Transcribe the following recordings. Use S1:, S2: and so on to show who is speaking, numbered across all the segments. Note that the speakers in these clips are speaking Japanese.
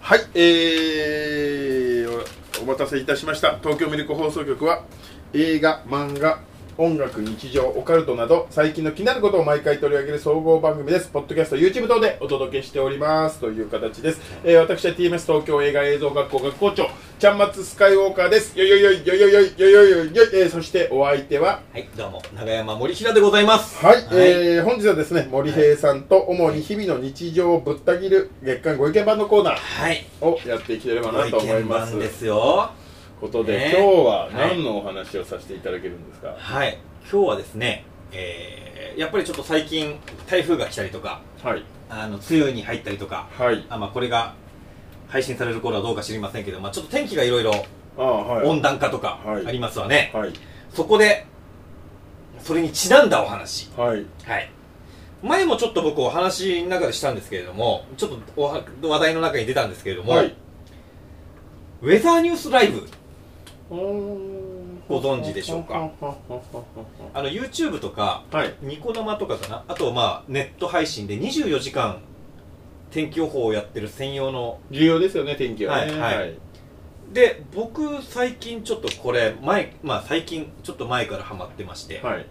S1: はい、えーお、お待たせいたしました東京ミルク放送局は映画漫画音楽日常オカルトなど最近の気になることを毎回取り上げる総合番組ですポッドキャスト YouTube 等でお届けしておりますという形です、えー私は TMS 東京映画映像学校学校長ちゃんまつスカイウォーカーですよいよいよいよいよいよいよいよいよいよい、えーそしてお相手は
S2: はい、どうも、長山森平でございます。
S1: はい、えー本日はですね森平さんと主に日々の日常をぶった切る月間ご意見番のコーナー
S2: はい、
S1: をやっていければなと思います。
S2: ご意見番ですよ。
S1: ことで、
S2: ね
S1: 今日は何のお話をさせていただけるんですか。
S2: はい、今日はですね、えー、やっぱりちょっと最近、台風が来たりとか、
S1: はい
S2: あの、梅雨に入ったりとか、
S1: はい。
S2: あ、まあ、これが配信される頃はどうか知りませんけど、まあ、ちょっと天気がいろいろ
S1: ああはい。
S2: 温暖化とか
S1: はい
S2: ありますわね。
S1: はい
S2: そこで、それにちなんだお話。
S1: はい
S2: はい。前もちょっと僕お話の中でしたんですけれども、ちょっとおは話題の中に出たんですけれども、
S1: はい。
S2: ウェザーニュースライブ
S1: ご
S2: ご存知でしょうか
S1: は
S2: あの YouTube とか
S1: い
S2: ニコ生とかかなあとまあネット配信で24時間天気予報をやってる専用の
S1: 重要ですよね天気はね。
S2: はいはいで僕最近ちょっとこれ前まあ最近ちょっと前からハマってまして、
S1: はい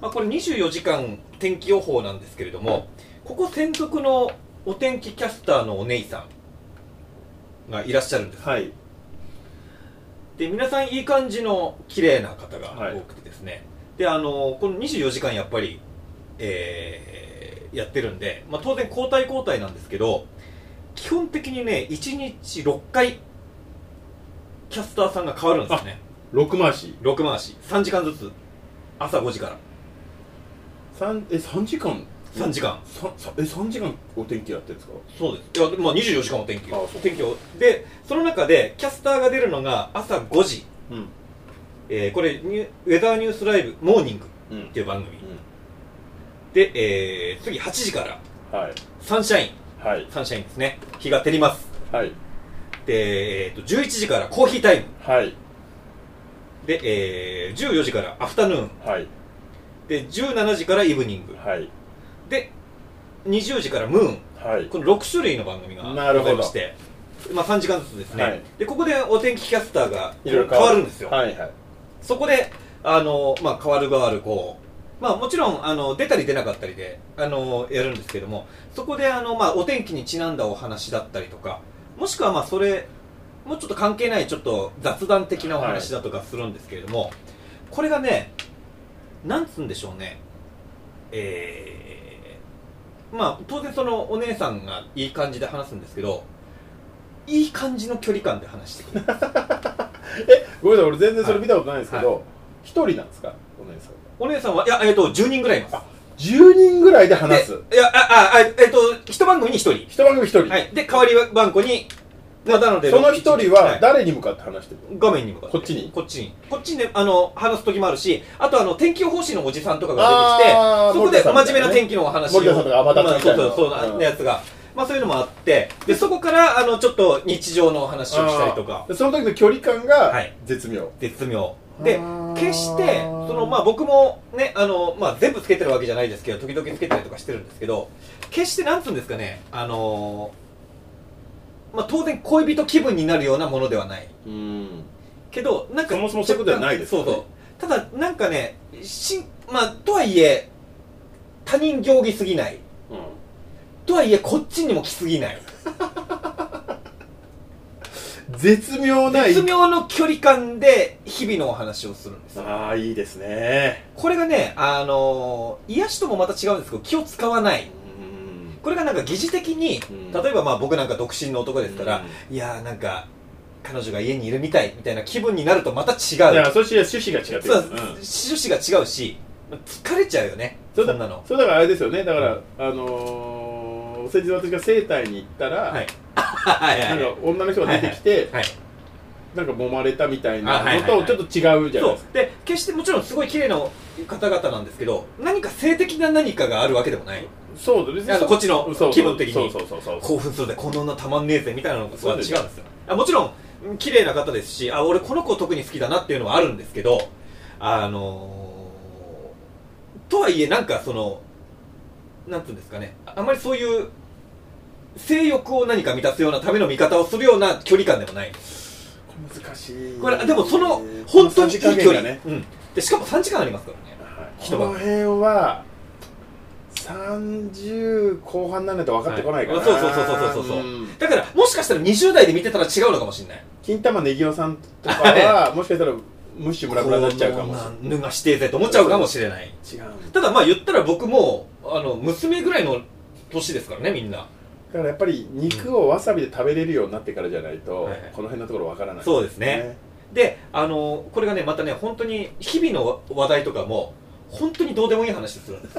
S2: まあ、これ24時間天気予報なんですけれどもここ専属のお天気キャスターのお姉さんがいらっしゃるんです
S1: はい
S2: で皆さんいい感じの綺麗な方が
S1: はい
S2: 多くてですね、であのこの24時間やっぱり、えーやってるんで、まあ、当然交代交代なんですけど基本的にね1日6回キャスターさんが変わるんですね
S1: 六回し
S2: 6回し3時間ずつ朝5時から
S1: 三え三時間
S2: 3時間
S1: ささえ三時間お天気やってるんですか。
S2: そうですいや、まあ、24時間お天気
S1: あそう
S2: 天気をでその中でキャスターが出るのが朝5時、
S1: うん
S2: えーこれニュウェザーニュースライブモーニング
S1: う
S2: っ
S1: ん
S2: ていう番組、で、えー、次8時から
S1: はい
S2: サンシャイン
S1: はい
S2: サンシャインですね日が照ります
S1: はい
S2: で、えー、と11時からコーヒータイム
S1: はい
S2: で、えー、14時からアフタヌーン
S1: はい
S2: で17時からイブニング
S1: はい
S2: で20時からムーン
S1: はい
S2: この6種類の番組が
S1: なるほ
S2: ござ
S1: ど
S2: いましてまあ3時間ずつですね、
S1: はい
S2: でここでお天気キャスターが
S1: いろいろ
S2: 変わるんですよ、
S1: はいはい
S2: そこであの、まあ、変わる変わるこう、まあ、もちろんあの出たり出なかったりであのやるんですけどもそこであの、まあ、お天気にちなんだお話だったりとかもしくはまあそれもうちょっと関係ないちょっと雑談的なお話だとかするんですけれども、これがねなんつうんでしょうねえー、まあ当然そのお姉さんがいい感じで話すんですけどいい感じの距離感で話してくれる
S1: ごめんなさい俺全然それ見たことないんですけど一人なんですかお姉さんは。
S2: お姉さんはいや、えっと10人ぐらいいます
S1: 10人ぐらいで話す
S2: でいや、あ、あ、あえっと、一番組に一人。
S1: 一番組一人、
S2: はい。で、代わり番号に、まあなので、
S1: その一人
S2: は
S1: はい誰に向かって話してるの、
S2: 画面に向かって。
S1: こっちに
S2: こっちに。こっちにね、あの、話す時もあるし、あとあの、天気予報士のおじさんとかが出てきて、
S1: あー
S2: そこで
S1: 森田さんみ
S2: 真
S1: たい
S2: 面
S1: ね
S2: 目な天気のお話を。
S1: 森田さんとか天達みたいな
S2: まあそうそう、そう
S1: うん
S2: なやつが。まあそういうのもあって、で、そこから、あの、ちょっと日常のお話をしたりとか
S1: あ、ーその時の距離感が
S2: はい
S1: 絶妙、
S2: 絶妙。で
S1: あ、ー
S2: 決してそのまあ僕もねあの、まあ、全部つけてるわけじゃないですけど時々つけたりとかしてるんですけど決してなんつうんですかねあのーまあ、当然恋人気分になるようなものではない
S1: うん
S2: けどなんか
S1: そもそもそういうことではないですよ
S2: そ
S1: ね
S2: うそうただなんかねしんまあとはいえ他人行儀すぎないとはいえこっちにも来すぎない
S1: 絶妙な
S2: 絶妙の距離感で日々のお話をするんですよ
S1: ああいいですね
S2: これがねあのー癒しともまた違うんですけど気を使わない
S1: うん
S2: これがなんか疑似的に、
S1: うん
S2: 例えばまあ僕なんか独身の男ですから、いやーなんか彼女が家にいるみたいみたいな気分になるとまた違
S1: いや
S2: う
S1: そして趣旨が違って
S2: そう
S1: る、
S2: 趣旨が違うし疲れちゃうよねそ
S1: そうんだ
S2: なの
S1: そうだからあれですよねだから、あのー、先日私が整体に行ったら、
S2: はいはいは
S1: なん
S2: い
S1: か女の人が出てきて、
S2: はい
S1: なんか揉まれたみたい
S2: あ
S1: な
S2: は
S1: の
S2: いはいはい
S1: とちょっと違うじゃないで
S2: そ
S1: すか
S2: うで決してもちろんすごい綺麗な方々なんですけど何か性的な何かがあるわけでもない
S1: そうだ別に
S2: あのこっちの
S1: そうそう
S2: 気分的に
S1: そうそうそうそう
S2: 興奮するでこの女たまんねえぜみたいなのが
S1: そう
S2: は違うん
S1: で
S2: ですすよあもちろんうん綺麗な方ですしあ俺この子特に好きだなっていうのはあるんですけどあのーとはいえなんかそのなんていうんですかねああんまりそういう性欲を何か満たすようなための見方をするような距離感でもない
S1: 難しい
S2: これでもその本当にいい距
S1: このさじ加減
S2: 離、
S1: がね
S2: うん、でしかも3時間ありますからね
S1: はい
S2: 一
S1: こ
S2: 晩
S1: の辺は30後半にならないと分かってこないからな、
S2: はいそうそうそうそうそうそう
S1: うん
S2: だからもしかしたら20代で見てたら違うのかもしれない
S1: 金玉ねぎおさんとかはもしかしたらムッシュムラムラになっちゃうかもし
S2: こんなん脱がしてえぜと思っちゃうかもしれない
S1: れない違うんだ
S2: ただまあ言ったら僕もあの娘ぐらいの年ですからねみんな
S1: だからやっぱり肉をわさびで食べれるようになってからじゃないと、
S2: はい
S1: この辺のところ分からない
S2: そうですねであのこれがねまたね本当に日々の話題とかも本当にどうでもいい話するんです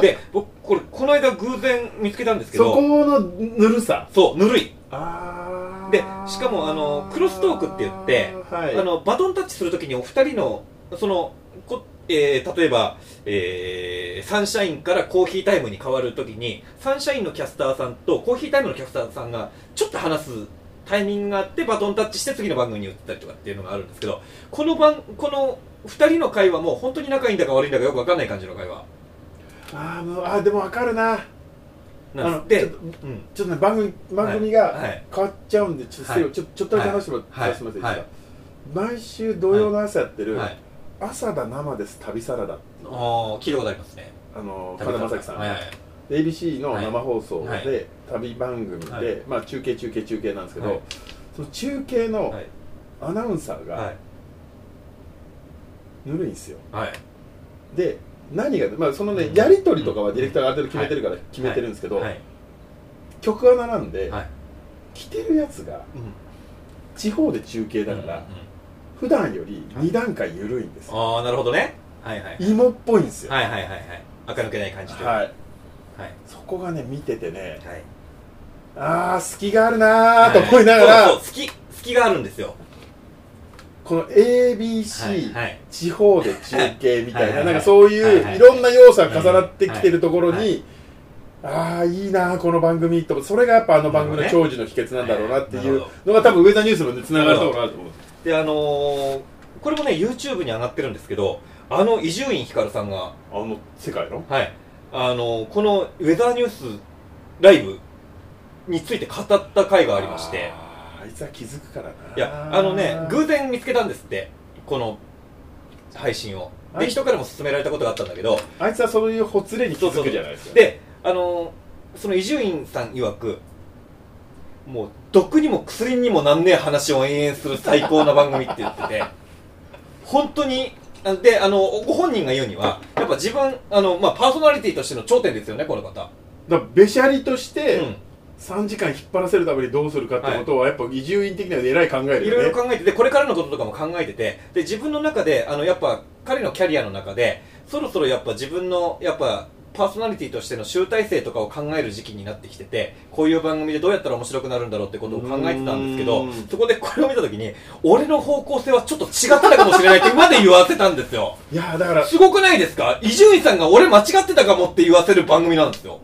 S2: で僕これこの間偶然見つけたんですけ
S1: そ
S2: ど
S1: このぬるさ
S2: そうぬるい
S1: あー
S2: でしかもあのクロストークって言って、
S1: はい、
S2: あのバトンタッチするときにお二人のそのこ、えー例えば、えーサンシャインからコーヒータイムに変わるときにサンシャインのキャスターさんとコーヒータイムのキャスターさんがちょっと話すタイミングがあってバトンタッチして次の番組に移ったりとかっていうのがあるんですけどこの番この二人の会話も本当に仲いいんだか悪いんだかよくわかんない感じの会話
S1: あーもうあーでも分かるな
S2: なん
S1: あ
S2: です
S1: の
S2: で
S1: ちょっ
S2: うん
S1: ちょっとね番組番組が
S2: はい
S1: 変わっちゃうんでちょっと,、
S2: はい
S1: ちょちょっとだけ話しても
S2: は
S1: らっ
S2: い
S1: てすいません、
S2: はい
S1: 毎週土曜の朝やってる「
S2: はい、
S1: 朝だ生です旅サラダ」
S2: あー聞いたことありますね
S1: あの神田正輝さん、
S2: はいはいはい
S1: ABC の生放送で、
S2: はいは
S1: 旅番組で、
S2: はい
S1: まあ、中継中継中継なんですけど、
S2: はい
S1: その中継の
S2: はい
S1: アナウンサー
S2: は
S1: が
S2: い
S1: ぬるいんですよ、
S2: はい
S1: で何が、まあ、そのね、
S2: うん
S1: やり取りとかはディレクターがある程度決めてるから決めてるんですけど、
S2: はい
S1: 曲アナなんで、
S2: はい
S1: 着てるやつが地方で中継だから、
S2: うんうん
S1: 普段より2段階緩いんですよ、
S2: ああなるほどねはいはい
S1: 芋っぽいんですよ、
S2: はいはいはいはい垢抜けない感じというか
S1: はい
S2: はい
S1: そこがね見ててね
S2: はい
S1: ああ隙があるなーと思いながら、
S2: そうそう隙隙があるんですよ
S1: この
S2: はい
S1: ABC、
S2: はい
S1: 地方で中継みたい
S2: はいは
S1: な、
S2: い
S1: なんかそうい
S2: はいは
S1: う
S2: い
S1: いろんな要素が重なってきてるところ
S2: は
S1: に、ああ、いいな、この番組と、それがやっぱあの番組の
S2: なるほ
S1: 長寿の秘訣なんだろうなってい
S2: はいうなるほ
S1: のが、多分ウェザーニュースもつながるところがあると思う。
S2: であのーこれもね YouTube に上がってるんですけどあの伊集院光さんが
S1: あの世界の
S2: はいあのーこのウェザーニュースライブについて語った回がありまして
S1: あーあいつは気づくからな。
S2: いやあのね偶然見つけたんですってこの配信を
S1: は
S2: で
S1: い
S2: 人からも勧められたことがあったんだけど
S1: あいつはそういうほつれに気づくじゃないですか。
S2: であのーその伊集院さん曰くもう毒にも薬にもなんねえ話を延々する最高な番組って言って て本当にあであのご本人が言うにはやっぱ自分あの、まあ、パーソナリティとしての頂点ですよねこの方、
S1: だからべしゃりとし
S2: う
S1: て
S2: ん、
S1: 3時間引っ張らせるためにどうするかってことは、やっぱ移住院的には偉い考えだよね。
S2: いろいろ考えててこれからのこととかも考えててで自分の中であのやっぱ彼のキャリアの中でそろそろやっぱ自分のやっぱパーソナリティとしての集大成とかを考える時期になってきててこういう番組でどうやったら面白くなるんだろうってことを考えてたんですけ
S1: う
S2: ど
S1: ーん
S2: そこでこれを見た時に俺の方向性はちょっと違ったかもしれないってまで言わせたんですよ
S1: いやーだから
S2: すごくないですか伊集院さんが俺間違ってたかもって言わせる番組なんですよ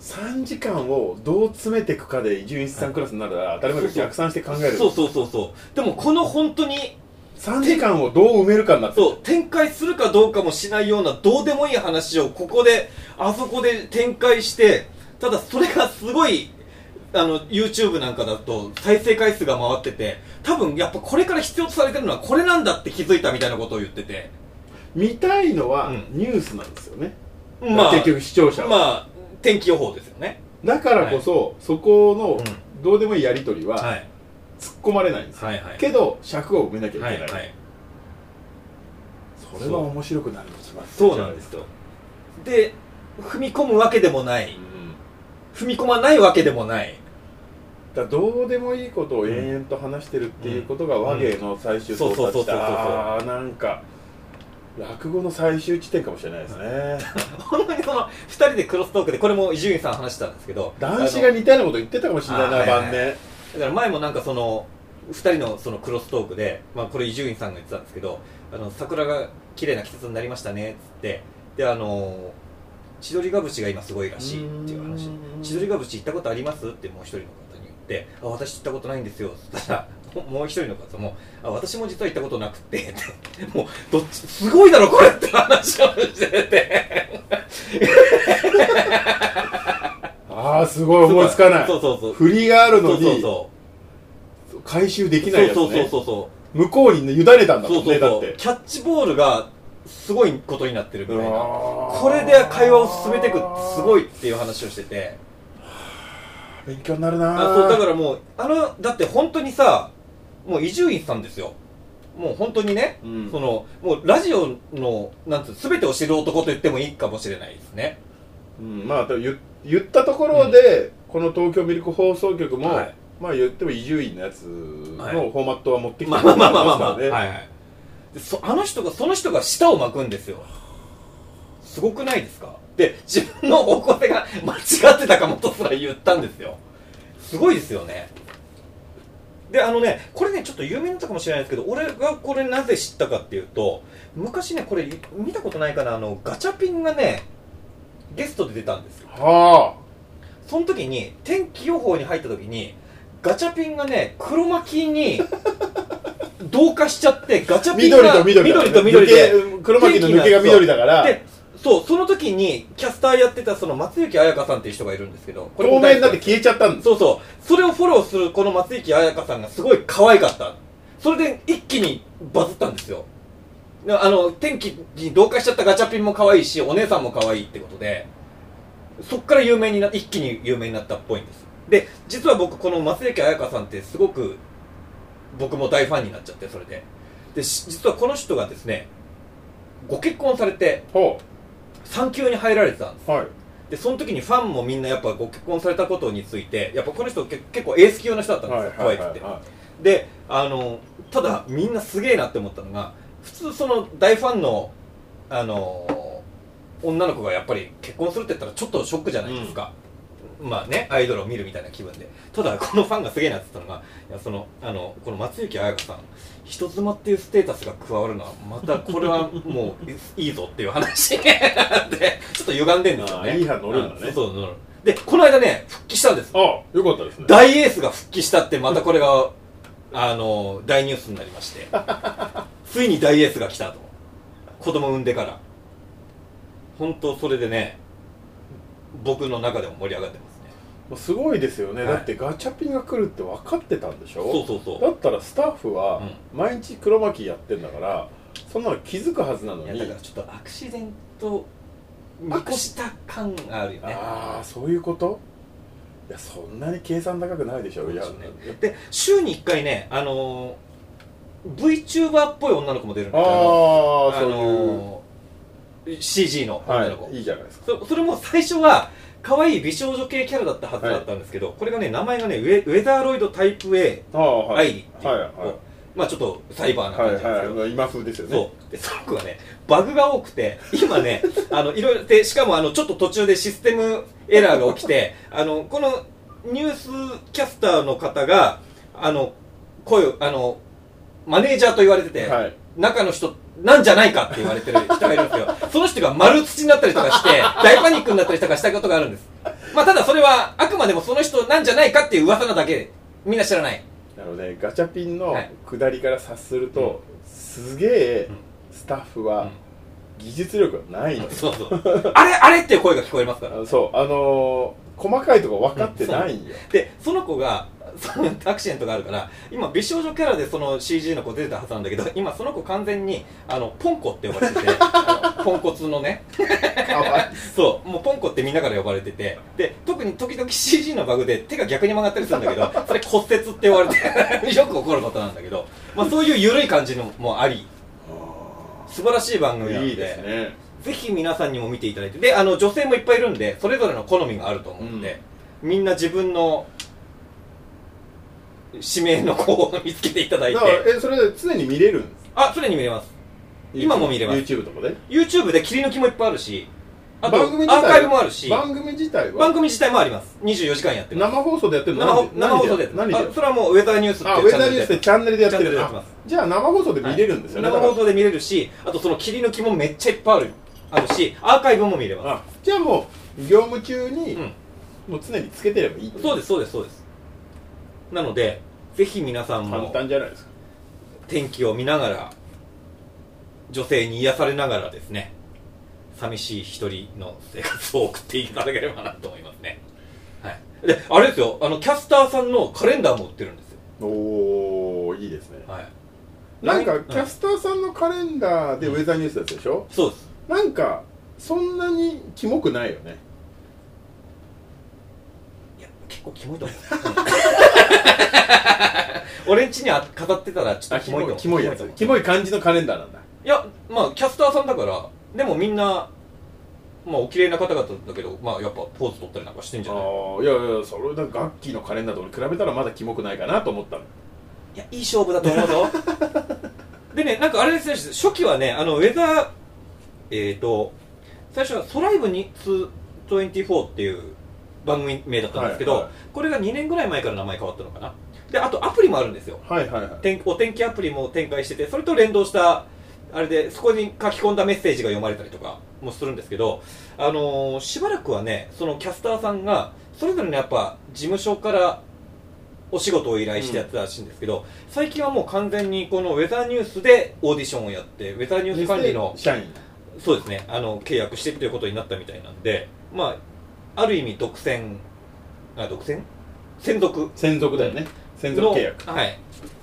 S1: 3時間をどう詰めていくかで伊集院さんクラスになるから当たり前で逆算して考える
S2: そうそうそうそうでもこの本当に
S1: 3時間をどう埋めるかになって
S2: そう展開するかどうかもしないようなどうでもいい話をここであそこで展開してただそれがすごいあの YouTube なんかだと再生回数が回ってて多分やっぱこれから必要とされてるのはこれなんだって気づいたみたいなことを言ってて
S1: 見たいのは
S2: うん
S1: ニュースなんですよね、
S2: まあ
S1: 結局視聴者は、
S2: まあ天気予報ですよね
S1: だからこそ、そこ
S2: う
S1: のどうでもいいやり取りはい突っ込まれないんですよ、
S2: はいはい
S1: けど尺を埋めなきゃいけ
S2: は
S1: ない、
S2: いはい
S1: それは面白くなるに決まってる
S2: そうなんですよで踏み込むわけでもない
S1: うん
S2: 踏み込まないわけでもない
S1: だからどうでもいいことを延々と話してるっていうことが
S2: ん
S1: 和芸の最終到
S2: そうそうそ
S1: 達
S2: うそうそう
S1: だあーなんか落語の最終地点かもしれないですね
S2: 本当にその2人でクロストークでこれも伊集院さん話したんですけど
S1: 男子が似たようなこと言ってたかもしれない
S2: あ
S1: な
S2: ーはい
S1: 晩年
S2: だから前もなんかその2人のそのクロストークで、まあ、これ伊集院さんが言ってたんですけどあの桜が綺麗な季節になりましたねっつってであの千鳥ヶ淵が今すごいらしいっていう話
S1: うーん
S2: 千鳥ヶ淵行ったことありますってもう一人の方に言ってあ私行ったことないんですよっつったらももう一人の方もあ私も実は行ったことなくてってもうどっちすごいだろこれって話をしてて
S1: あああすごい思いつかない
S2: そうそうそう
S1: 振りがある
S2: そ
S1: の
S2: うそう
S1: に
S2: そ
S1: 回収で
S2: う
S1: きないやつ
S2: そうそう
S1: ね
S2: そうそう
S1: 向こうに委ねたんだ
S2: そ
S1: も
S2: うんそう
S1: ねだ
S2: そ
S1: っ
S2: う、
S1: て
S2: キャッチボールがすごいことになってるみたいなこ
S1: こ
S2: れで会話を進めていくすご
S1: い
S2: いっていう話をしてて
S1: 勉強になるな
S2: あそうだかららもうあのだって本当にさもう伊集院さんですよもう本当にね、
S1: うん
S2: そのもうラジオのなんつう全てを知る男と言ってもいいかもしれないですね
S1: うんまあ多分言言ったところでこの東京ミルク放送局も
S2: はい
S1: まあ言っても伊集院のやつ
S2: はい
S1: のフォーマットは持ってきて
S2: まあ
S1: る
S2: まあまあまあまあ、まあ
S1: ね
S2: はいはいでそあの人がその人が舌を巻くんですよすごくないですかで自分のお声が間違ってたかもとすら言ったんですよすごいですよねであのねこれねちょっと有名だったかもしれないですけど俺がこれなぜ知ったかっていうと昔ねこれ見たことないかなあのガチャピンがねゲストで出たんですよ
S1: は
S2: その時に天気予報に入った時にガチャピンがね黒巻き に同化しちゃってガチ
S1: あ
S2: ャピンが
S1: 緑と緑だからね
S2: と緑で
S1: 抜け黒巻きの抜けが緑だから
S2: でそうその時にキャスターやってたその松雪彩香さんっていう人がいるんですけどこれ
S1: 透
S2: も
S1: 明
S2: 大
S1: に
S2: 好
S1: なっ
S2: き
S1: て消えちゃったんです
S2: そうそうそれをフォローするこの松雪彩香さんがすごい可愛かったそれで一気にバズったんですよであの天気に同化しちゃったガチャピンも可愛いしお姉さんも可愛いってことでそっから有名にな一気に有名になったっぽいんですで実は僕この松雪彩香さんってすごく僕も大ファンになっちゃってそれででし実はこの人がですねご結婚されて
S1: ほ
S2: 産休に入られてたんです
S1: うはい
S2: でその時にファンもみんなやっぱご結婚されたことについてやっぱこの人け結構エース級の人だったんですよ、可愛くてであのただみんなすげえなって思ったのが普通その大ファンのあの女の子がやっぱり結婚するって言ったらちょっとショックじゃないですか、まあねアイドルを見るみたいな気分でただこのファンがすげえなって言ったのがいやそのあのこの松雪彩香さん人妻っていうステータスが加わるのはまたこれはもう いいいぞっていう話 でちょっと歪んでんですよ
S1: あ
S2: ね
S1: ーいい派乗るんだね
S2: あそうそう乗るでこの間ね復帰したんです
S1: ああよかったですね
S2: 大エースが復帰したってまたこれがあの大ニュースになりまして ついに大エースが来たと子供産んでから本当それでね僕の中でも盛り上がってますね
S1: もうすごいですよね、
S2: はい
S1: だってガチャピンが来るって分かってたんでしょ
S2: そうそうそ
S1: だ
S2: う
S1: ったらスタッフは毎日黒巻きやってんだからそんなの気づくはずなの
S2: い
S1: に
S2: やだからちょっとアクシデント見越した感があるよね
S1: ああそういうこといやそんなに計算高くないでしょいや
S2: そうですで週に1回ねあの VTuber っぽい女の子も出るん
S1: あ
S2: で
S1: あ
S2: すよ
S1: ーそういう、
S2: CG の女の子、
S1: はいいいじゃないですか
S2: そそれも最初は可愛い美少女系キャラだったはずだったんですけど、これがね名前がねウェウェザーロイドタイプ A
S1: ああは
S2: アイ
S1: い
S2: リっていう、
S1: はいはい
S2: まあちょっとサイバーな
S1: は
S2: 感
S1: い
S2: じなんですけど、
S1: はい今風ですよね
S2: そうでその子がねバグが多くて今 ねあのいろいろでしかもあのちょっと途中でシステムエラーが起き てあのこのニュースキャスターの方があの声をあのマネージャーと言われてて、
S1: はい
S2: 中の人なんじゃないかって言われてる人がいるんですよ。 その人が丸土になったりとかして、 大パニックになったりとかしたことがあるんです。まあただそれは、あくまでもその人なんじゃないかっていう噂なだけで、みんな知らない。
S1: なのでガチャピンの
S2: はい
S1: 下りから察すると、すげえ
S2: うん
S1: スタッフ
S2: うん
S1: は技術力がないの、
S2: そうそう。あれあれっていう声が聞こえますから。
S1: あそうあのー細かいとこ分かってないんよ、
S2: で、その子が、 そのアクシデントがあるから、今美少女キャラでその CG の子出てたはずなんだけど、今その子完全に、あの、ポンコって呼ばれてて、あのポンコツのね、
S1: かわいい
S2: そう、もうポンコってみんなから呼ばれてて、で、特に時々 CG のバグで手が逆に曲がったりするんだ けど、それ骨折って言われて、よく起こることなんだけど、まあそういう緩い感じのもあり、素晴らしい番組なので、
S1: いいですね
S2: ぜひ皆さんにも見ていただいて、で、あの、女性もいっぱいいるんで、それぞれの好みがあると思うんで、みんな自分の指名の子を見つけていただい
S1: だ
S2: て
S1: か、らえそれ常に見れるんです
S2: あ、それに見れます。今も見れます
S1: YouTube とかで
S2: YouTube で切り抜きもいっぱいあるし、あと、ア
S1: 番組自体
S2: ーカイブもあるし、
S1: 番組自体は
S2: 番組自体もあります。24時間やってます。
S1: 生放送でやってる
S2: 生
S1: の
S2: 放生放送で
S1: 何で何
S2: あそれはもうウェザーニュースって
S1: あ
S2: い
S1: ウ
S2: う
S1: ェ
S2: チャ
S1: ザ
S2: ンネ
S1: ー
S2: ル
S1: ニュース
S2: で
S1: でチャンネルでやって
S2: チャンネル
S1: る
S2: でやってます
S1: あじゃあ生放送で見れるんですよね、だ
S2: 生放
S1: から
S2: 送で見れるしあとその切り抜きもめっちゃいっぱいあるあるしアーカイブも見れま
S1: あじゃあもう業務中に
S2: す、うん、
S1: もう常につけてればいい
S2: そうですすそうですそうですなのでぜひ皆さん
S1: 簡
S2: も
S1: 単じゃないですか
S2: 天気を見ながら女性に癒されながらですね寂しい一人の生活を送っていただければなと思いますねであれですよあのキャスターさんのカレンダーも売ってるんですよ、
S1: おおいいですね
S2: はい、
S1: なんか
S2: う
S1: キャスターさんのカレンダーでウェザーニュースのやつでしょ、
S2: そうです
S1: なんかそんなにキモくないよね
S2: いや結構キモいと思う 俺んちにあ飾ってたらちょっとキモいと思う
S1: キモいや
S2: と
S1: つ
S2: 思う
S1: キモい感じのカレンダーなんだ
S2: いやまあキャスターさんだからでもみんなまあお綺麗な方々だけどまあやっぱポーズ取ったりなんかしてんじゃない
S1: ああいやいやそれだガッキーのカレンダーと俺比べたらまだキモくないかなと思ったの
S2: いやいい勝負だと思うぞ でねなんかあれですね初期はねあのウェザーえっ、と最初は「ソライブ224」っていう番組名だったんですけど、
S1: はいはい
S2: これが2年ぐらい前から名前変わったのかなであとアプリもあるんですよ
S1: はいはいはい
S2: 天お天気アプリも展開しててそれと連動したあれでそこに書き込んだメッセージが読まれたりとかもするんですけど、あのーしばらくはねそのキャスターさんがそれぞれのやっぱ事務所からお仕事を依頼してやってたらしいんですけど、最近はもう完全にこのウェザーニュースでオーディションをやってウェザーニュース管理の
S1: 社員
S2: そうですねあの契約してということになったみたいなんで、まあ、ある意味独占あ独占専属
S1: 専属だよね専属契約
S2: の、はい、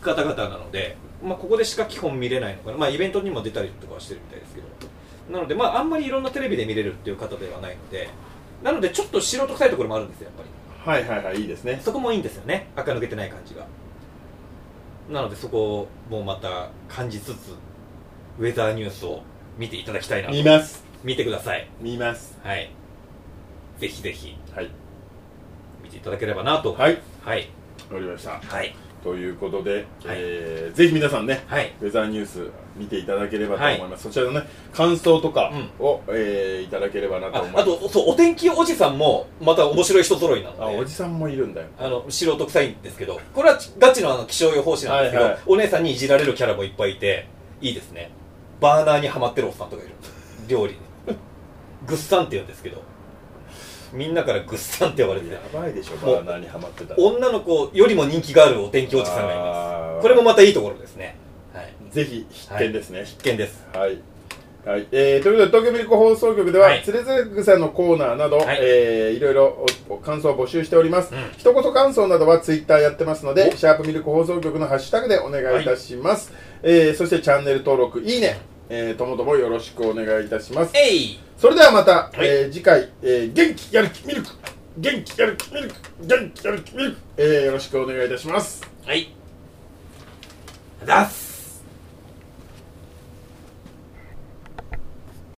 S2: 方々なので、まあ、ここでしか基本見れないのかな、まあ、イベントにも出たりとかはしてるみたいですけどなので、まあ、あんまりいろんなテレビで見れるっていう方ではないのでなのでちょっと素人臭いところもあるんですよやっぱり
S1: はいはいはいいいですね
S2: そこもいいんですよね垢抜けてない感じがなのでそこもまた感じつつウェザーニュースを見ていただきたいな
S1: 見
S2: と
S1: ます
S2: 見てください
S1: 見ます
S2: はいぜひぜひ
S1: はい
S2: 見ていただければなと
S1: はいわ
S2: はい
S1: かりました
S2: はい
S1: ということで、えーぜひ皆さんね
S2: はい
S1: ウェザーニュース見ていただければと思います、そちらのね感想とかを、えーいただければなと思い
S2: あ
S1: ます
S2: あとそうお天気おじさんもまた面白い人揃いな
S1: あお
S2: ので
S1: じさんもいるんだよ
S2: あの素人臭いんですけどこれはガチのあの気象予報士なんですけど、
S1: はいはい
S2: お姉さんにいじられるキャラもいっぱいいていいですねバーナーにはまってるおっさんとかいる料理に ぐっさんって言うんですけどみんなからぐっさんって呼ばれてて
S1: やばいでしょ
S2: も
S1: バ
S2: う
S1: ーナーにハマってたら
S2: 女の子よりも人気があるお天気おじさんがい
S1: あ
S2: ま
S1: ー
S2: すこれもまたいいところですねはい
S1: ぜひ必見ですね
S2: 必見です
S1: はい、はいえーということで東京ミルク放送局では、
S2: はい
S1: つれづれ草のコーナーなど、
S2: はい
S1: いえーいろいろおお感想を募集しております、
S2: うん
S1: 一言感想などはツイッターやってますので
S2: お
S1: シャープミルク放送局のハッシュタグでお願いいたします、えーそしてチャンネル登録いいね、えーともともよろしくお願いいたします
S2: えい
S1: それではまた、
S2: い
S1: えー次回、えー元気やる気ミルク元気やる気ミルク元気やる気ミルク、えーよろしくお願いいたします
S2: はいありがとうございます